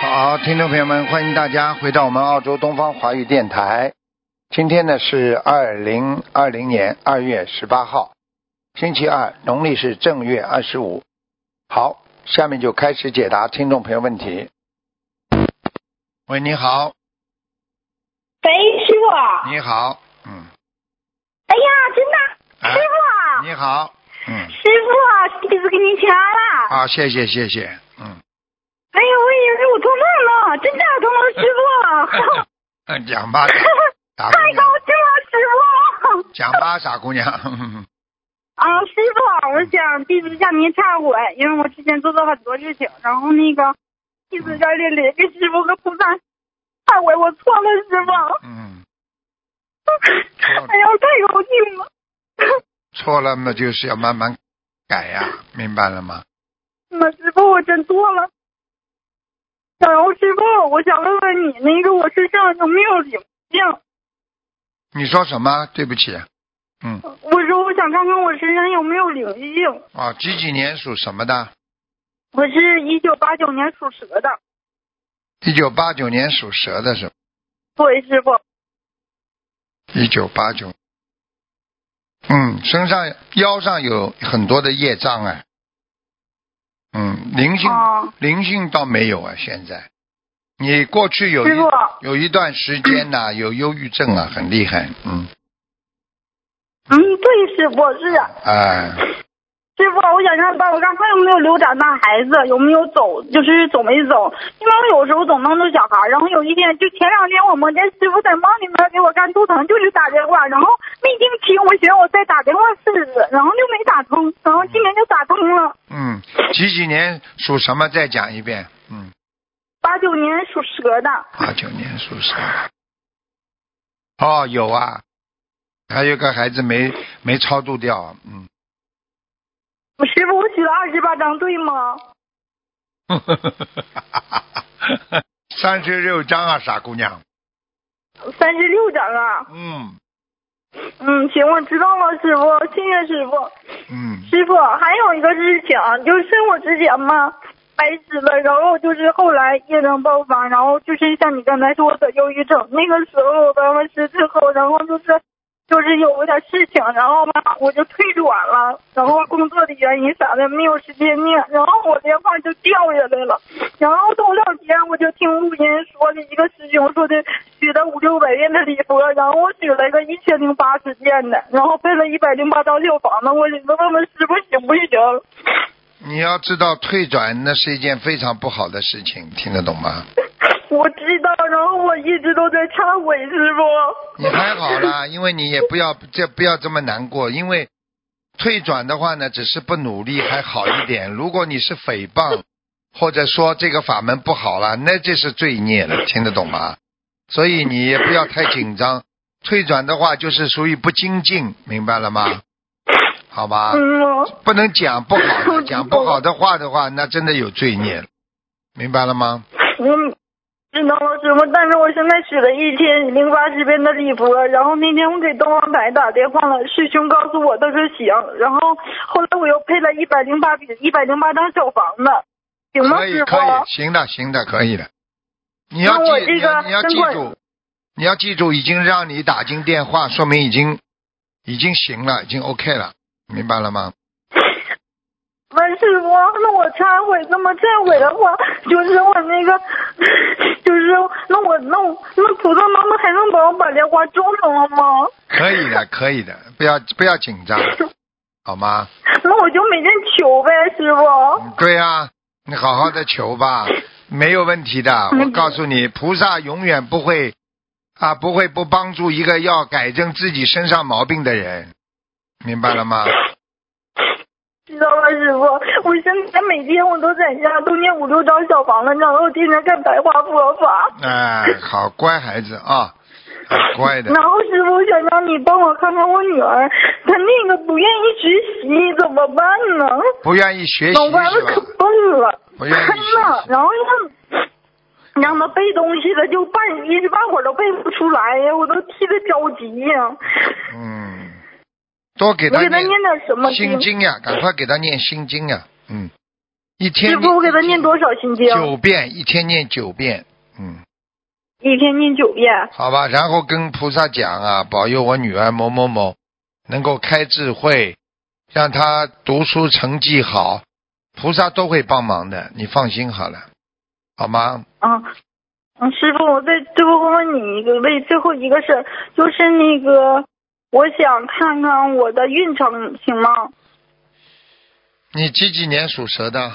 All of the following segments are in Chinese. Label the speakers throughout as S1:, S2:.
S1: 好，听众朋友们，欢迎大家回到我们澳洲东方华语电台。今天呢是二零二零年二月十八号，星期二，农历是正月二十五。好，下面就开始解答听众朋友问题。喂，你好，
S2: 喂，师傅。哎
S1: 你好，嗯，
S2: 呀，真的，
S1: 哎
S2: 师傅，
S1: 你好，嗯，
S2: 师傅，弟子给您请安了。
S1: 啊，谢谢谢谢，嗯，
S2: 哎呀，我以为我做梦了，真的做梦， 师傅。
S1: 嗯，讲吧，傻姑
S2: 太高
S1: 娘，
S2: 兴了，师傅。
S1: 讲吧，傻姑娘，嗯
S2: 啊，师傅，我想弟子向您忏悔，因为我之前做了很多事情，然后那个弟子在这里跟师傅和菩萨忏悔，我错了，师傅。
S1: 嗯，了
S2: 哎呀，我太高兴了。
S1: 错了那就是要慢慢改呀、明白了吗？
S2: 那师傅，我真错了。然后师傅，我想问问你，那个我身上有没有灵性？
S1: 你说什么？对不起，嗯，
S2: 我说我想看看我身上有没有灵性。
S1: 啊，几几年属什么的？
S2: 我是一九八九年属蛇的。
S1: 一九八九年属蛇的是吧？
S2: 对，师傅，
S1: 一九八九，嗯，身上腰上有很多的业障哎，嗯，灵性、
S2: 哦
S1: 灵性倒没有啊，现在，你过去有
S2: 师
S1: 一
S2: 傅，
S1: 有一段时间 呐、有忧郁症啊，很厉害，嗯，
S2: 嗯，对，师傅是的
S1: 哎，
S2: 师傅，我想让帮我看看有没有流产的孩子，有没有走，就是走没走？因为我有时候总梦到小孩儿，然后有一天就前两天我梦见师傅在梦里面给我干图腾，就是打电话，然后没听清，我寻思我再打电话试试，然后就没打通，然后今天就打通了。
S1: 嗯，几几年属什么？再讲一遍，嗯，
S2: 八九年属蛇的，
S1: 八九年属蛇。哦，有啊，还有个孩子没没超度掉，嗯，
S2: 我师傅，我许了二十八张对吗？
S1: 三十六张啊，傻姑娘，
S2: 三十六张啊。
S1: 嗯
S2: 嗯，行，我知道了，师傅，谢谢师傅。
S1: 嗯，
S2: 师傅，还有一个事情，啊就是我之前嘛白痴了，然后就是后来业障爆发，然后就是像你刚才说的忧郁症，那个时候我办完事之后，然后就是就是有点事情，然后嘛我就退转了，然后工作的原因啥的没有时间念，然后我电话就掉下来了，然后头两天我就听录音说的一个师兄说的许了五六百遍的礼佛，然后我许了个一千零八十遍的，然后背了一百零八张小房子，我寻思问问师傅行不行？
S1: 你要知道退转那是一件非常不好的事情，听得懂吗？
S2: 我知道，然后我一直都在忏悔，师傅。
S1: 你还好啦，因为你也不要这不要这么难过，因为退转的话呢，只是不努力还好一点。如果你是诽谤，或者说这个法门不好啦，那就是罪孽了，听得懂吗？所以你也不要太紧张，退转的话就是属于不精进，明白了吗？好吧，
S2: 嗯，
S1: 不能讲不好的，
S2: 我
S1: 讲不好的话的话，那真的有罪孽了，明白了吗？
S2: 嗯，知道了，师傅。但是我现在许了一千零八十遍的礼佛，然后那天我给东方台打电话了，师兄告诉我他说行，然后后来我又配了一百零八笔一百零八张小房子，行吗，
S1: 可以
S2: 师
S1: 可以，
S2: 傅？
S1: 行的行的，可以的。你要
S2: 那我
S1: 记，
S2: 这
S1: 你要
S2: 个
S1: 你要
S2: 跟
S1: 记
S2: 过
S1: 住，你要记住，已经让你打进电话，说明已经已经行了，已经 OK 了，明白了吗？
S2: 完师傅，那我忏悔，那么忏悔的话，就是我那个，就是那我那我那菩萨妈妈还能帮我把莲花种上了吗？
S1: 可以的，可以的，不要不要紧张，好吗？
S2: 那我就每天求呗，师傅。
S1: 嗯对呀、你好好的求吧，没有问题的。
S2: 嗯
S1: 我告诉你，菩萨永远不会啊，不会不帮助一个要改正自己身上毛病的人，明白了吗？
S2: 知道了，师傅，我现在每天我都在家都念五六张小房子，然后天天看白话佛法。
S1: 哎，好乖孩子啊，好乖的。
S2: 然后师傅，我想让你帮我看看我女儿，她那个不愿意学习，怎么办呢？
S1: 不愿意学习
S2: 老
S1: 是
S2: 外
S1: 吧？
S2: 可笨了，
S1: 不
S2: 真
S1: 愿意学习
S2: 的。然后让让她背东西了，就半一时半会儿都背不出来呀，我都替她着急呀。
S1: 嗯，多给
S2: 我
S1: 他
S2: 给她念点什么经
S1: 心？经呀，赶快给他念心经呀。嗯，一
S2: 师
S1: 天
S2: 傅，我给他念多少心经？
S1: 九遍，一天念九遍，嗯，
S2: 一天念九遍。
S1: 好吧，然后跟菩萨讲啊，保佑我女儿某某某能够开智慧，让她读书成绩好，菩萨都会帮忙的，你放心好了，好吗？
S2: 啊，嗯，师傅，我再最后问你一个问最后一个事儿，就是那个，我想看看我的运程行吗？
S1: 你几几年属蛇的？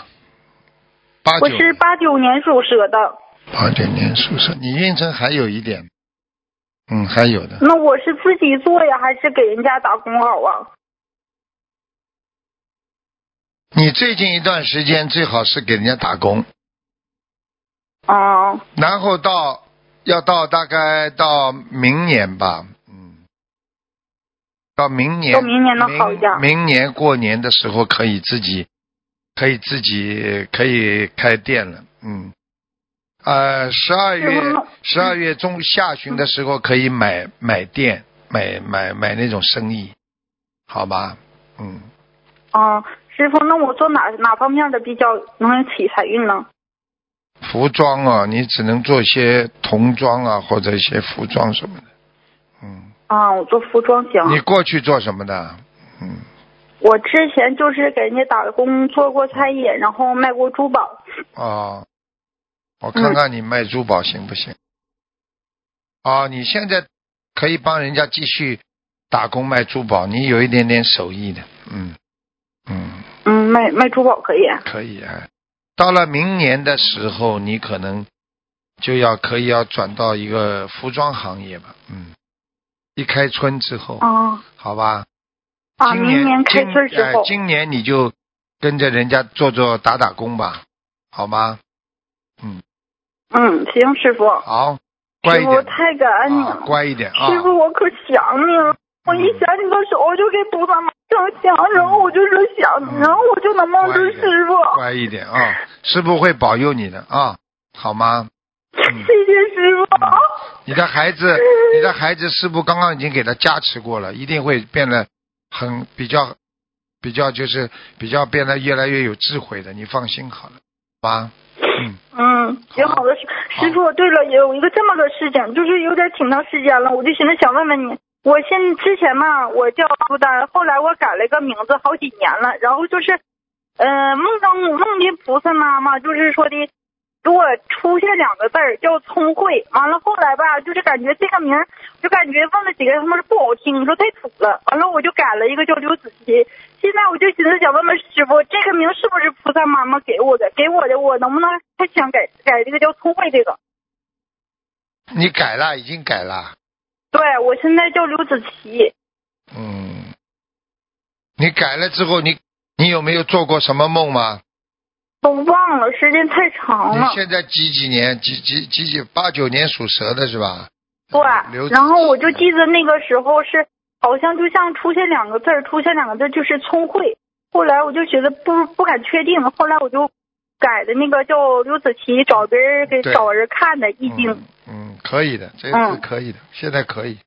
S1: 八
S2: 我
S1: 九
S2: 是八九年属蛇的，
S1: 八九年属蛇，你运程还有一点，嗯，还有的。
S2: 那我是自己做呀，还是给人家打工好啊？
S1: 你最近一段时间最好是给人家打工，
S2: 啊，
S1: 然后到要到大概到明年吧，嗯，到明年，
S2: 到明年能好一点
S1: 明明年过年的时候可以自己，可以自己可以开店了，嗯，呃，十二月
S2: 师傅
S1: 十二月中下旬的时候可以买买店，买买买那种生意，好吧，嗯，
S2: 啊，师傅，那我做哪哪方面的比较能起财运呢？
S1: 服装啊，你只能做一些童装啊，或者一些服装什么的，嗯。
S2: 啊，我做服装行。
S1: 你过去做什么的？嗯，
S2: 我之前就是给人家打工，做过餐饮，然后卖过珠宝。
S1: 哦，我看看你卖珠宝行不行？哦，你现在可以帮人家继续打工卖珠宝，你有一点点手艺的，嗯嗯，
S2: 嗯，卖卖珠宝可以。
S1: 可以啊。到了明年的时候，你可能就要可以要转到一个服装行业吧，嗯，一开春之后，
S2: 啊
S1: 好吧？
S2: 啊，
S1: 今
S2: 明年开春之
S1: 今
S2: 后
S1: 呃，。今年你就跟着人家做做打打工吧，好吗？嗯，
S2: 嗯，行，师傅，
S1: 好，乖
S2: 师
S1: 一
S2: 傅
S1: 点，
S2: 太感恩你
S1: 啊
S2: 了，，
S1: 乖一点啊。
S2: 师傅我可想你了，我一想你的时候我就给菩萨马上想，然后我就说想
S1: 嗯
S2: 你，然后我就能梦到师傅，
S1: 乖一点啊，师傅会保佑你的啊，好吗？嗯
S2: 谢谢师傅，
S1: 你的孩 子，你的孩子，师傅刚刚已经给他加持过了，一定会变得很比较，比较就是比较变得越来越有智慧的，你放心好了，好吧？嗯，
S2: 嗯，挺好的，师师傅，对了，有一个这么个事情，就是有点挺长时间了，我就寻思想问问你。我现之前嘛，我叫朱丹，后来我改了个名字，好几年了。然后就是，呃，梦中梦见菩萨妈妈，就是说的，给我出现两个字儿叫聪慧。完了后来吧，就是感觉这个名儿，就感觉问了几个他们说不好听，说太土了。完了我就改了一个叫刘子琪。现在我就寻思想问问师傅，这个名是不是菩萨妈妈给我的？给我的，我能不能还想改改这个叫聪慧这个？
S1: 你改了，已经改了。
S2: 对我现在叫刘子琪，
S1: 嗯，你改了之后，你你有没有做过什么梦吗？
S2: 都忘了，时间太长
S1: 你
S2: 了。
S1: 现在几几年？几几几几？八九年属蛇的是吧？刘
S2: 对，
S1: 子
S2: 然后我就记得那个时候是，好像就像出现两个字儿，出现两个字儿就是聪慧。后来我就觉得不不敢确定，后来我就改的那个叫刘子琪，找别人给
S1: 对
S2: 找人看的易经，
S1: 嗯嗯，可以的，这次
S2: 嗯
S1: 可以的，现在可以，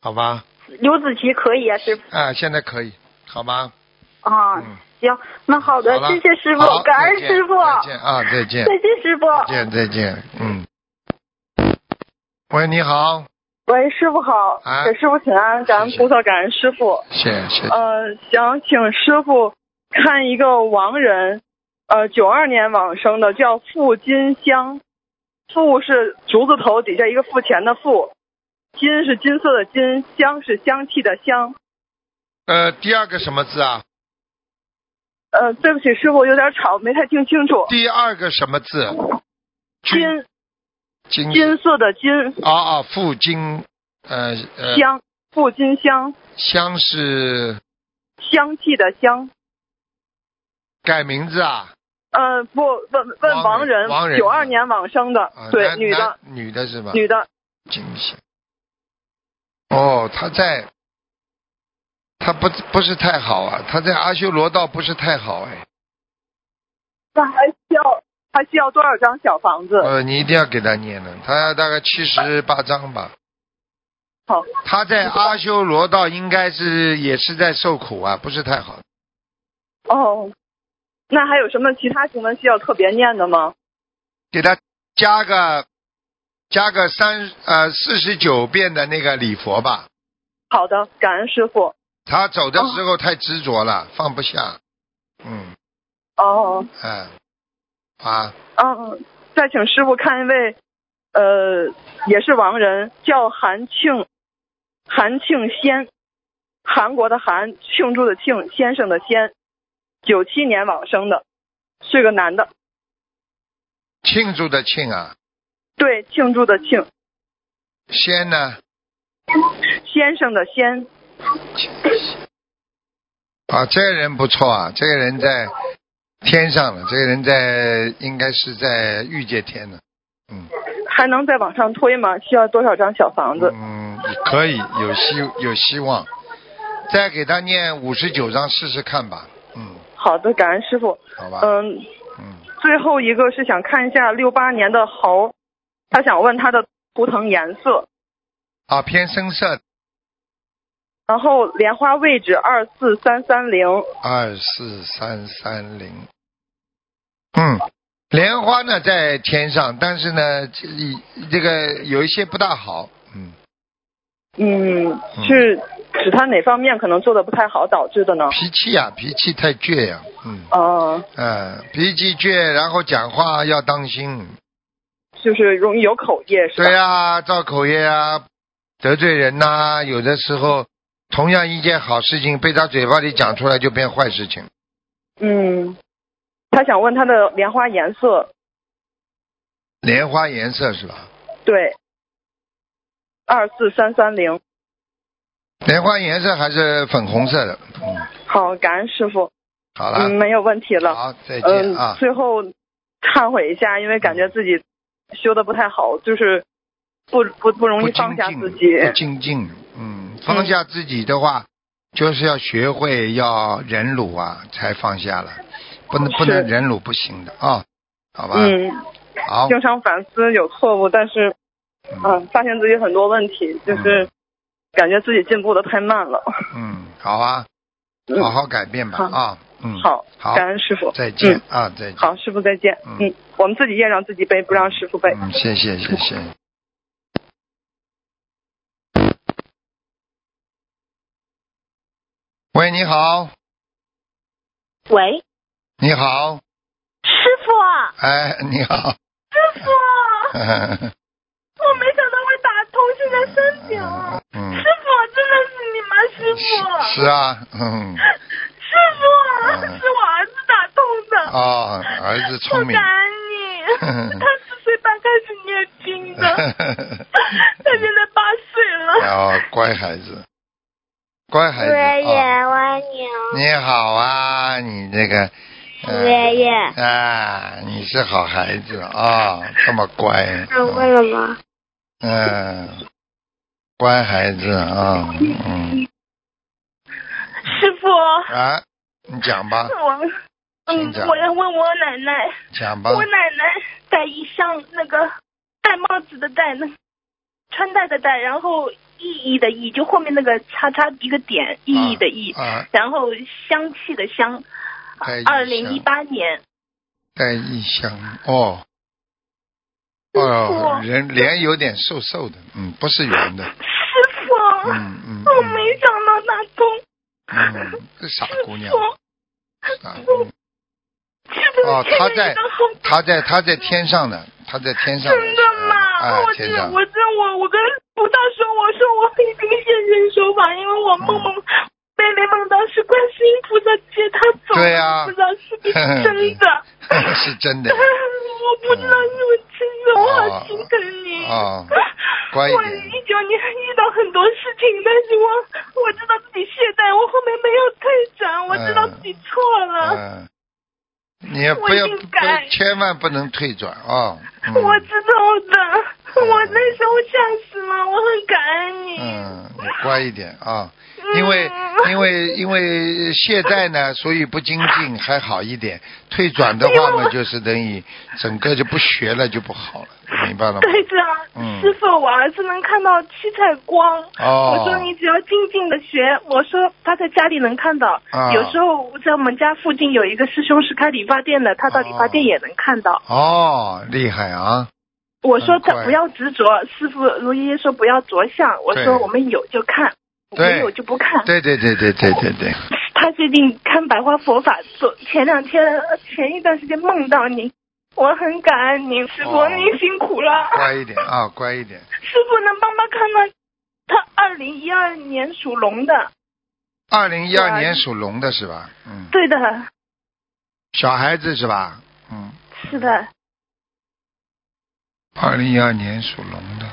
S1: 好吧？
S2: 刘子琪可以啊，师傅
S1: 啊，现在可以，好吗？
S2: 啊，
S1: 嗯，
S2: 行，那好的，
S1: 好了
S2: 谢谢师
S1: 好
S2: 傅，感恩
S1: 再见
S2: 师傅，
S1: 再见啊，再见，
S2: 再见师傅。
S1: 再见，再见，嗯。喂，你好，
S3: 喂，师傅好，
S1: 啊
S3: 给师傅请安，感恩
S1: 谢谢
S3: 菩萨，感恩师傅。
S1: 谢谢。
S3: 呃，想请师傅看一个亡人，呃，九二年往生的，叫付金香，付是竹字头底下一个付钱的付，金是金色的金，香是香气的香。
S1: 呃，第二个什么字啊？
S3: 呃，对不起，师傅有点吵，没太听清楚。
S1: 第二个什么字？
S3: 金，
S1: 金
S3: 金色的金，
S1: 啊啊，付金，呃呃，
S3: 香，付金香，
S1: 香是
S3: 香气的香。
S1: 改名字啊？
S3: 呃，不问问
S1: 亡
S3: 亡
S1: 人
S3: 人，
S1: 亡人
S3: 九二年往生的，
S1: 啊、
S3: 对，
S1: 男
S3: 女的
S1: 男，女的是吧？
S3: 女的。
S1: 金香。哦，他在，他不不是太好啊，他在阿修罗道不是太好哎。
S3: 那还需要还需要多少张小房子？
S1: 呃，你一定要给他念的，他大概七十八章吧。
S3: 好，
S1: 他在阿修罗道应该是也是在受苦啊，不是太好。
S3: 哦，那还有什么其他经文需要特别念的吗？
S1: 给他加个加个三呃四十九遍的那个礼佛吧。
S3: 好的，感恩师傅。
S1: 他走的时候太执着了，放不下。嗯，
S3: 哦，
S1: 哎，啊，
S3: 嗯，再请师傅看一位，呃，也是亡人，叫韩庆，韩庆先，韩国的韩，庆祝的庆，先生的先，九七年往生的，是个男的，
S1: 庆祝的庆啊，
S3: 对，庆祝的庆，
S1: 先呢？
S3: 先生的先，
S1: 啊，这个人不错啊，这个人在天上了，这个人在应该是在欲界天了。嗯
S3: 还能再往上推吗？需要多少张小房子？
S1: 嗯，可以有希有希望，再给他念五十九章试试看吧。嗯，
S3: 好的，感恩师傅。
S1: 好吧。
S3: 嗯，
S1: 嗯，
S3: 最后一个是想看一下六八年的猴，他想问他的图腾颜色，
S1: 啊，偏深色
S3: 然后莲花位置二四三三零，
S1: 二四三三零。嗯，莲花呢在天上，但是呢，这这个有一些不大好。嗯，
S3: 嗯
S1: 嗯，
S3: 是指他哪方面可能做的不太好导致的呢？
S1: 脾气呀、脾气太倔呀、嗯，
S3: 呃，
S1: 呃，脾气倔，然后讲话要当心。
S3: 就是容易有口业是吧？
S1: 对呀、造口业啊，得罪人呐、有的时候同样一件好事情被他嘴巴里讲出来就变坏事情。
S3: 嗯，他想问他的莲花颜色，
S1: 莲花颜色是吧？
S3: 对，二四三三零。
S1: 莲花颜色还是粉红色的。嗯，
S3: 好，感恩师傅，
S1: 好了，
S3: 嗯，没有问题了。
S1: 好，再见
S3: 嗯，
S1: 啊。嗯
S3: 最后忏悔一下，因为感觉自己修的不太好，就是不不不容
S1: 不
S3: 易放
S1: 精
S3: 下
S1: 进，
S3: 自己。
S1: 不精进，嗯，放下自己的话，就是要学会要忍辱啊，才放下了，不能不能
S3: 哦是
S1: 忍辱不行的啊，好吧，
S3: 嗯，
S1: 好，
S3: 经常反思有错误，但是嗯、
S1: 嗯
S3: 发现自己很多问题，就是感觉自己进步的太慢了。
S1: 嗯，好啊，
S3: 嗯
S1: 好好改变吧
S3: 好
S1: 啊，嗯，
S3: 好，
S1: 好，
S3: 感恩师傅，
S1: 再见
S3: 嗯
S1: 啊，再见，
S3: 好，师傅再见。
S1: 嗯
S3: 嗯，我们自己业让自己背，不让师傅背。
S1: 嗯，谢谢谢谢。喂，你好，
S4: 喂，
S1: 你好，
S4: 师傅，啊
S1: 哎，你好，
S4: 师傅，我没想到会打通，现在三点了。
S1: 嗯
S4: 师，傅，真的是你吗，师傅？
S1: 是啊，嗯，
S4: 师傅，啊是我儿子打通的。
S1: 哦，儿子
S4: 我
S1: 聪明
S4: 感，恩 你，他四岁半开始念经的，他现在八岁了。
S1: 哦，乖孩子，乖孩子，哦、
S4: 弯牛，
S1: 你好啊，你这个，呃、
S4: 爷爷
S1: 啊，你是好孩子啊、这么乖，嗯、
S4: 什么？
S1: 嗯乖孩子啊、嗯
S4: 师傅，
S1: 啊，你讲吧，
S4: 我，嗯
S1: 请讲，
S4: 我要问我奶奶。
S1: 讲吧，
S4: 我奶奶戴一项那个戴帽子的戴，那穿戴的戴，然后意义的意，就后面那个叉叉一个点，意义的意，
S1: 啊，
S4: 然后香气的香。
S1: 戴一项
S4: 二零一八年，
S1: 带异香哦。哦，
S4: 嗯师傅
S1: 人脸有点瘦瘦的，嗯，不是圆的，
S4: 师傅，
S1: 嗯嗯。嗯
S4: 我啊哦没想到打通，
S1: 嗯，这傻姑
S4: 师
S1: 娘，啊傻
S4: 傅，
S1: 姑娘，
S4: 师傅，
S1: 哦
S4: 这个
S1: 他
S4: 一
S1: 在
S4: 个好
S1: 她在她在天上呢，她在天上呢。
S4: 真的吗？
S1: 哎
S4: 我，
S1: 天
S4: 真
S1: 上，
S4: 我真我我跟菩萨说，我说我一定现身说法，因为我
S1: 嗯
S4: 梦梦妹妹梦到是观世音菩萨接她走，
S1: 对呀。
S4: 不知道是不是真的
S1: 是真的
S4: 但 我不知道是不是真的，我好心疼你。
S1: 哦乖一点
S4: 我一九年遇到很多事情，但是我我知道自己懈怠，我后面没有退转，我知道自己错了。
S1: 嗯，你也不要
S4: 我一定
S1: 不要
S4: 改
S1: 千万不能退转啊！嗯
S4: 我知道的，我那时候吓死了，我很感恩你。
S1: 嗯，你乖一点啊，
S4: 嗯
S1: 因为因为因为现在呢，所以不精进还好一点，退转的话
S4: 因为
S1: 嘛，
S4: 我
S1: 就是等于整个就不学了，就不好了。明白了吗？
S4: 对的啊，
S1: 嗯
S4: 师傅，我儿子能看到七彩光。
S1: 哦，
S4: 我说你只要静静的学，我说他在家里能看到。
S1: 啊
S4: 有时候在我们家附近有一个师兄是开理发店的，他到理发店也能看到。
S1: 哦，厉害啊！
S4: 我说
S1: 难怪
S4: 他不要执着，师傅卢爷爷说不要着相，我
S1: 对
S4: 说我们有就看，
S1: 对
S4: 没有就不看。
S1: 对对对对对对对，
S4: 他最近看白话佛法，昨前两天呃前一段时间梦到您，我很感恩您，师
S1: 哦
S4: 傅您辛苦了。
S1: 乖一点啊，乖一点。
S4: 师傅能帮他看吗？他二零一二年属龙的，
S1: 二零一
S4: 对
S1: 二
S4: 啊
S1: 年属龙的是吧？嗯，
S4: 对的，
S1: 小孩子是吧？嗯，
S4: 是的，
S1: 二零一二年属龙的。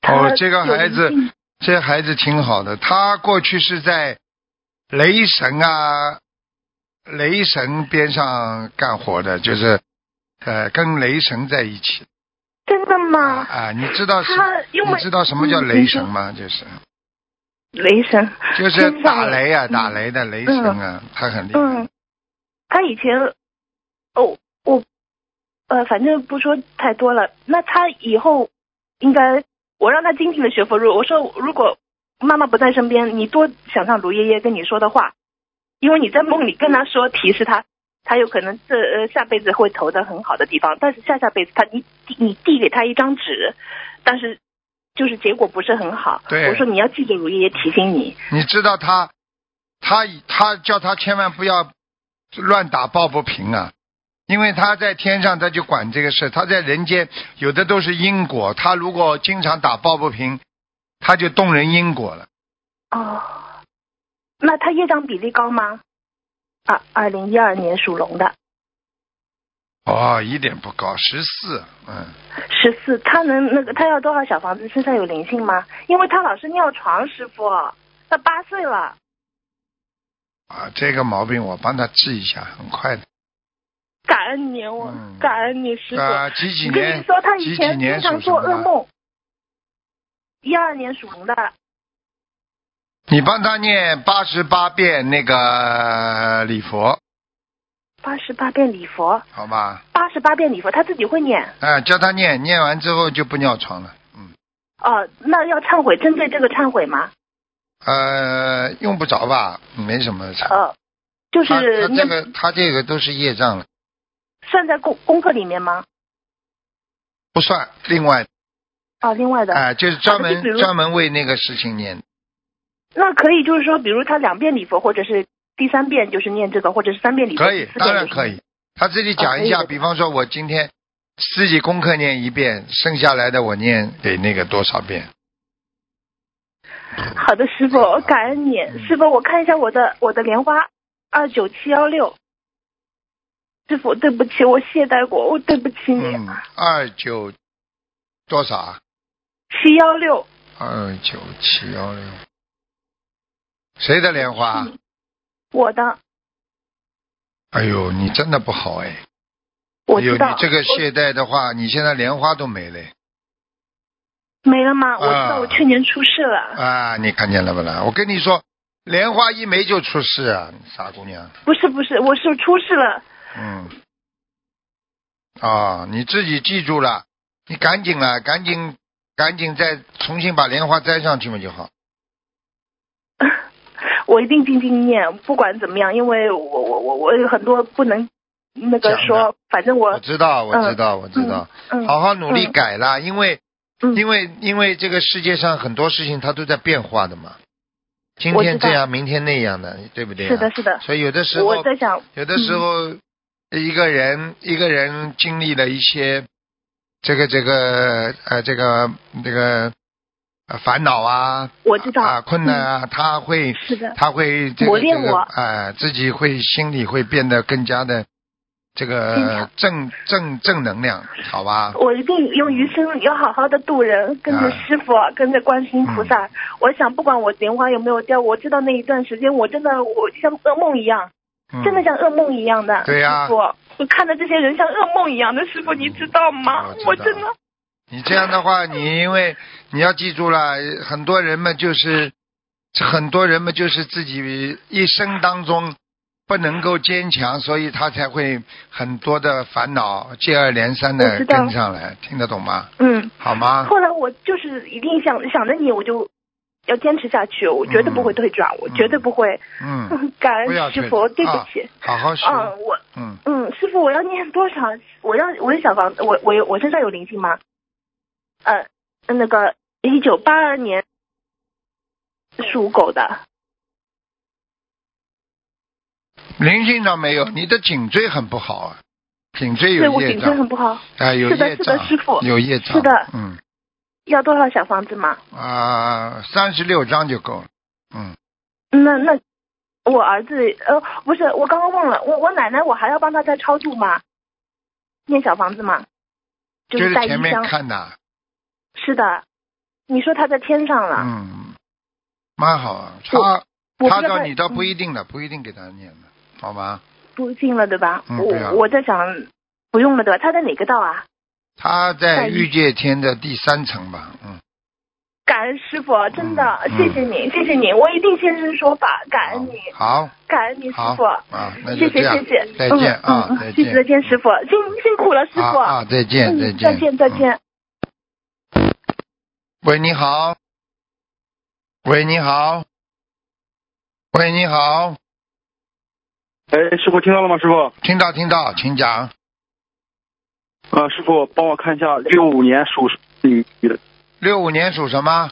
S4: 他
S1: 哦这个孩子
S4: 有灵性
S1: 这孩子挺好的，他过去是在雷神啊，雷神边上干活的，就是呃跟雷神在一起
S4: 真的吗？
S1: 啊。你知道什
S4: 他因
S1: 你
S4: 为
S1: 知道什么叫
S4: 嗯
S1: 雷
S4: 你
S1: 神
S4: 说
S1: 吗？就是
S4: 雷神
S1: 就是
S4: 天上
S1: 打
S4: 的
S1: 雷啊，
S4: 嗯
S1: 打雷的雷神啊，他很厉害
S4: 嗯。，他以前，哦，我，呃，反正不说太多了。那他以后应该，我让他精进的学佛入。我说，如果妈妈不在身边，你多想想卢爷爷跟你说的话，因为你在梦里跟他说，提示他，他有可能这呃下辈子会投的很好的地方，但是下下辈子他你递你递给他一张纸，但是就是结果不是很好。
S1: 对
S4: 我说你要记住卢爷爷提醒你。
S1: 你知道他，他他叫他千万不要乱打抱不平啊，因为他在天上他就管这个事，他在人间有的都是因果，他如果经常打抱不平，他就动人因果了。
S4: 哦，那他业障比例高吗？啊，二零一二年属龙的，
S1: 哦，一点不高，十四，嗯，
S4: 十四，他能那个他要多少小房子？身上有灵性吗？因为他老是尿床，师傅，他八岁了。
S1: 啊，这个毛病我帮他治一下，很快的。
S4: 感恩你，我、
S1: 嗯
S4: 感恩你，师傅。
S1: 啊，几几
S4: 我跟
S1: 年
S4: 你说，他？以
S1: 几几
S4: 前经
S1: 年属
S4: 常
S1: 什
S4: 做噩
S1: 么的？
S4: 梦。一二年属龙的，
S1: 你帮他念八十八遍那个礼佛，
S4: 八十八遍礼佛，
S1: 好吧？
S4: 八十八遍礼佛，他自己会念。
S1: 啊，叫他念，念完之后就不尿床了。嗯，
S4: 哦、那要忏悔，针对这个忏悔吗？
S1: 呃，用不着吧，没什么差。
S4: 呃，就
S1: 他
S4: 是
S1: 他这
S4: 念
S1: 个他这个都是业障了，
S4: 算在功功课里面吗？
S1: 不算。另外，
S4: 哦，另外的，
S1: 哎、就是专
S4: 啊好的就比
S1: 门
S4: 如
S1: 专门为那个事情念。
S4: 那可以就是说，比如他两遍礼佛，或者是第三遍就是念这个，或者是三遍礼佛，
S1: 可以
S4: 四，遍
S1: 当然
S4: 就是
S1: 可以。他自己讲一下，
S4: 啊可以的
S1: 比方说，我今天自己功课念一遍，剩下来的我念给那个多少遍。
S4: 好的，师傅，我感恩你，
S1: 嗯
S4: 师傅，我看一下我的我的莲花二九七幺六。师傅，对不起，我懈怠过，我对不起你。
S1: 嗯，二九多少啊？
S4: 七幺六，
S1: 二九七幺六。谁的莲花？
S4: 嗯我的，
S1: 哎呦，你真的不好哎！
S4: 我
S1: 哎呦，
S4: 知
S1: 你
S4: 道。
S1: 这个
S4: 我
S1: 懈怠的话，你现在莲花都没 了
S4: 没了吗？我知
S1: 啊
S4: 道，我去年出事了，
S1: 啊！你看见了不啦？我跟你说，莲花一没就出事啊，傻姑娘。
S4: 不是不是，我是出事了。
S1: 嗯，啊，你自己记住了，你赶紧了，赶紧，赶紧再重新把莲花摘上去嘛就好。
S4: 我一定静静念，不管怎么样，因为我我我我有很多不能那
S1: 讲
S4: 个
S1: 的
S4: 说，反正我
S1: 我知道，我知道，我知道，
S4: 嗯
S1: 好好努力
S4: 嗯
S1: 改啦，因为，
S4: 嗯
S1: 因为，因为这个世界上很多事情它都在变化的嘛，今
S4: 我
S1: 天
S4: 知道
S1: 这样，明天那样的，对不对、啊？
S4: 是的是的，
S1: 所以有的时
S4: 我
S1: 候，
S4: 在想，
S1: 有的时候，一个人一个人经历了一些这个这个呃这个这个、呃、烦恼啊，
S4: 我知道
S1: 啊困难啊，他会
S4: 嗯是的，
S1: 他会这个
S4: 磨
S1: 这
S4: 练
S1: 个
S4: 我
S1: 啊、自己会心里会变得更加的这
S4: 坚
S1: 个
S4: 强
S1: 正正正能量，好吧？
S4: 我一定用余生要好好的度人，跟着
S1: 啊嗯
S4: 师傅，跟着观世音菩萨。我想，不管我莲花有没有掉，我知道那一段时间，我真的我就像噩梦一样，
S1: 嗯、
S4: 真的像噩梦一样的。
S1: 对呀
S4: 师傅，我看着这些人像噩梦一样的，师傅你知道吗
S1: 我知？道
S4: 我真的，
S1: 你这样的话，你因为你要记住了，很多人们就是很多人们就是自己一生当中不能够坚强，所以他才会很多的烦恼接二连三的
S4: 我知道
S1: 跟上来，听得懂吗？
S4: 嗯，
S1: 好吗？
S4: 后来我就是一定想想着你，我就要坚持下去，我绝对不会退转，我绝对不会。
S1: 嗯，
S4: 感
S1: 不要
S4: 恩
S1: 退
S4: 师傅，对不
S1: 啊
S4: 起。
S1: 好好学，
S4: 嗯，我
S1: 嗯，
S4: 嗯，师傅，我要念多少？我要我有小房，我我有我身上有灵性吗？呃，那个一九八二年属狗的，
S1: 灵性倒没有，你的颈椎很不好啊，颈椎
S4: 对
S1: 有
S4: 我
S1: 业
S4: 颈椎
S1: 障
S4: 很，不好，
S1: 啊，有
S4: 是的
S1: 业
S4: 是的
S1: 障
S4: 师傅，
S1: 有业障，
S4: 是的
S1: 嗯
S4: 要多少小房子吗？
S1: 啊，三十六章就够了，嗯，
S4: 那那我儿子呃不是，我刚刚忘了，我我奶奶我还要帮她再超度吗？念小房子吗？就
S1: 就是
S4: 带
S1: 前
S4: 音
S1: 面
S4: 箱，
S1: 看的，啊
S4: 是的。你说她在天上了，
S1: 嗯，蛮好啊，他
S4: 我啊我不
S1: 他
S4: 知道
S1: 到
S4: 她
S1: 你倒不
S4: 嗯
S1: 一定了，不一定给他念了，好吗？
S4: 不进了对吧？
S1: 嗯对啊
S4: 我我在想不用了对吧？她在哪个道啊？
S1: 他在
S4: 在
S1: 欲界天的第三层吧，嗯，
S4: 感恩师傅，真的
S1: 嗯
S4: 谢谢你，谢谢你，我一定现身说法，感恩你，
S1: 好，
S4: 感恩你师
S1: 好
S4: 傅，
S1: 啊，那就
S4: 谢
S1: 这
S4: 谢
S1: 样，
S4: 谢谢，
S1: 再见
S4: 嗯
S1: 啊
S4: 嗯，
S1: 再见，
S4: 嗯谢谢再见，师傅，辛辛苦了，师
S1: 啊
S4: 傅，
S1: 啊，再见，
S4: 嗯
S1: 再见，
S4: 再见再见。
S1: 喂，你好。喂，你好。喂，你好，
S5: 哎，师傅听到了吗？师傅，
S1: 听到听到，请讲。
S5: 呃，师傅帮我看一下六五年属女的
S1: 六五年属什么？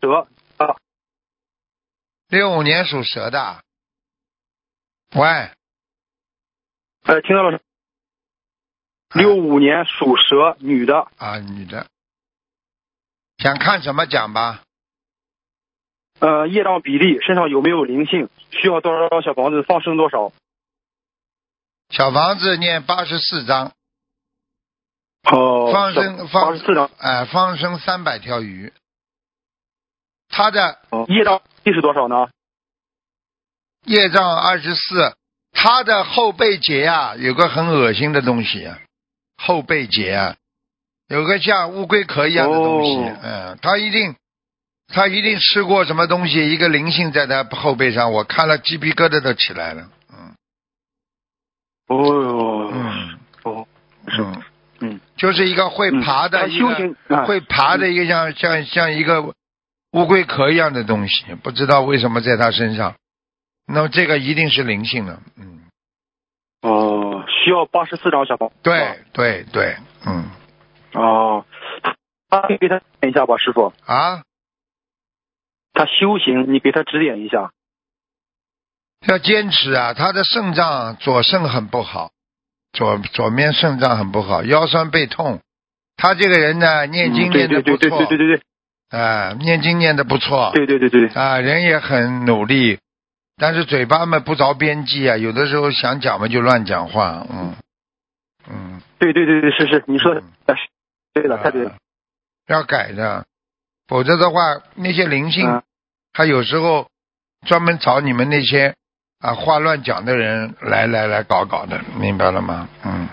S5: 蛇啊，
S1: 六五年属蛇的。喂，
S5: 呃，听到了，六五年属蛇女的，
S1: 啊，女的，想看什么讲吧？
S5: 呃，业障比例，身上有没有灵性？需要多少小房子放生多少？
S1: 小房子念八十四章，
S5: 哦、
S1: 放生
S5: 八
S1: 放
S5: 十四张，
S1: 哎、放生三百条鱼。他的
S5: 哦业障比例是多少呢？
S1: 业障二十四，他的后背节啊，有个很恶心的东西啊，后背节啊，有个像乌龟壳一样的东西，
S5: 哦
S1: 嗯，他一定，他一定吃过什么东西，一个灵性在他后背上，我看了鸡皮疙瘩都起来了，嗯
S5: 哦哟，
S1: 嗯
S5: 哦，是
S1: 嗯
S5: 嗯，
S1: 就是一个会
S5: 嗯
S1: 爬
S5: 他
S1: 的一
S5: 修
S1: 个、
S5: 行啊
S1: 会爬的一个像像像一个乌龟壳一样的东西，不知道为什么在他身上，那么这个一定是灵性了，嗯。
S5: 哦，需要八十四张小房子。
S1: 对对对，嗯
S5: 哦，他给他看一下吧，师傅。
S1: 啊，
S5: 他修行，你给他指点一下。
S1: 要坚持啊！他的肾脏左肾很不好，左左面肾脏很不好，腰酸背痛。他这个人呢，念经
S5: 嗯
S1: 念的不
S5: 对对
S1: 错，
S5: 对对
S1: 啊，念经念的不错，
S5: 对对对对对对对，
S1: 啊，人也很努力，但是嘴巴嘛不着边际啊，有的时候想讲嘛就乱讲话，嗯嗯，
S5: 对对对对，是是，你说的啊是对的，太对了
S1: 啊。要改的，否则的话那些灵性
S5: 嗯，
S1: 他有时候专门找你们那些啊话乱讲的人来来来搞搞的，明白了吗？嗯，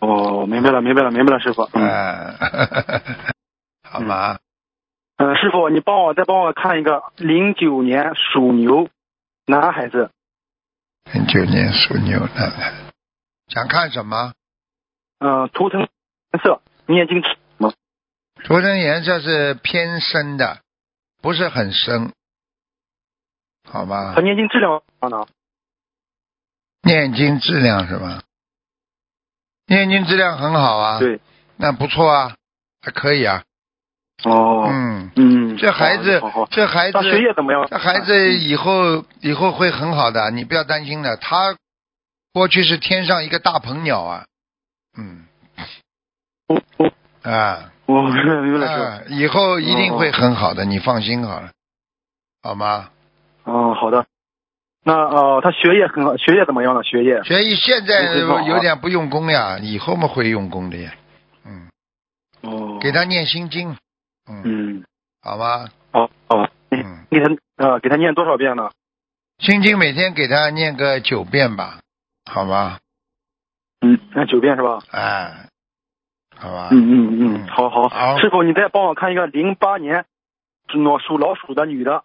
S5: 哦，明白了，明白了，明白了，师傅。嗯，
S1: 哎、 好吧，
S5: 呃，师傅，你帮我再帮我看一个零九年属牛男孩子，嗯
S1: 零九年属牛的，想看什么？
S5: 嗯，图腾颜色，念经吃
S1: 嗯
S5: 吗？
S1: 图腾颜色是偏深的，不是很深，好吧
S5: 啊和？念经质量呢？
S1: 念经质量是吧？念经质量很好啊，
S5: 对，
S1: 那不错啊，还可以啊，
S5: 哦，
S1: 嗯，
S5: 嗯，
S1: 这孩子
S5: 好好，好，
S1: 这孩子
S5: 他学业怎么样？嗯
S1: 这孩子以后以后会很好的，你不要担心的。他过去是天上一个大鹏鸟啊，嗯
S5: 哦，哦
S1: 啊
S5: 哦， 明白了，明白了，师
S1: 啊，以后一
S5: 哦
S1: 定会很好的，你放心好了，好吗？
S5: 傅。哦，好的。那呃，他学业很好，学业怎么样呢？学业？
S1: 所以现在
S5: 嗯很好啊
S1: 有点不用功呀，以后嘛会用功的呀，嗯，
S5: 哦，
S1: 给他念心经，嗯，
S5: 嗯，
S1: 好吗？
S5: 哦哦，
S1: 嗯，
S5: 给他呃，给他念多少遍呢？
S1: 心经每天给他念个九遍吧，好吗？
S5: 嗯，那九遍是吧？
S1: 哎，好吧，
S5: 嗯嗯嗯，好好
S1: 好
S5: 师傅，你再帮我看一个零八年属老属老鼠的女的，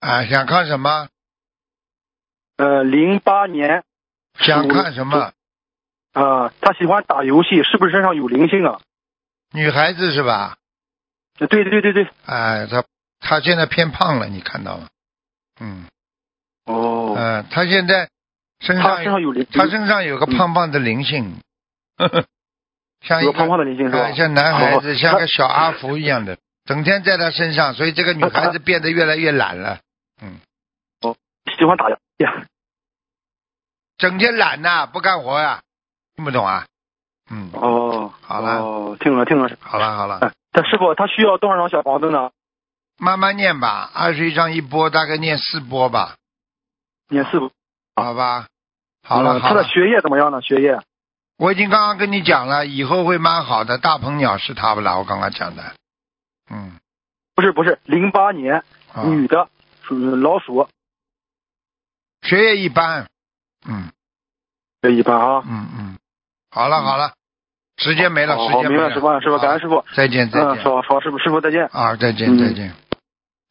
S1: 哎啊，想看什么？
S5: 呃，零八年
S1: 想看什么？
S5: 啊、他喜欢打游戏，是不是身上有灵性啊？
S1: 女孩子是吧？
S5: 呃对对对对，
S1: 哎，她她现在偏胖了，你看到吗？嗯
S5: 哦
S1: 嗯、，呃她现在身
S5: 他
S1: 上
S5: 身上有灵，
S1: 她身上有个
S5: 嗯
S1: 胖胖的灵性， 呵呵像一
S5: 有
S1: 个
S5: 个胖胖的灵性是吧？
S1: 哎像男孩
S5: 哦
S1: 子，像个小阿福一样的，整天在她身上，所以这个女孩子变得越来越懒了，嗯
S5: 喜欢打游戏啊，
S1: 整天懒呐、不干活呀、听不懂啊？嗯，
S5: 哦，
S1: 好了
S5: 哦，听了听了，
S1: 好了好了，
S5: 哎他师傅他需要多少张小房子呢？
S1: 慢慢念吧，二十一章一波，大概念四波吧，
S5: 念四部。
S1: 好吧？好了
S5: 呃
S1: 好
S5: 他的
S1: 了，
S5: 学业怎么样呢？学业
S1: 我已经刚刚跟你讲了，以后会蛮好的。大鹏鸟是他不啦？我刚刚讲的，嗯，
S5: 不是不是，零八年
S1: 啊，
S5: 女的，属老鼠，
S1: 学业一般，嗯
S5: 这一般啊。
S1: 嗯嗯，好了好了，时间没了，
S5: 好
S1: 时
S5: 哦好
S1: 间没
S5: 嗯明白
S1: 了，啊
S5: 师傅，师傅，感恩师傅。
S1: 再见再
S5: 嗯，
S1: 见。
S5: 好好，师傅，师傅再见。
S1: 啊，再见
S5: 嗯
S1: 再见。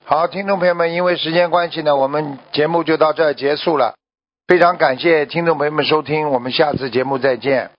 S1: 好，听众朋友们，因为时间关系呢，我们节目就到这儿结束了。非常感谢听众朋友们收听，我们下次节目再见。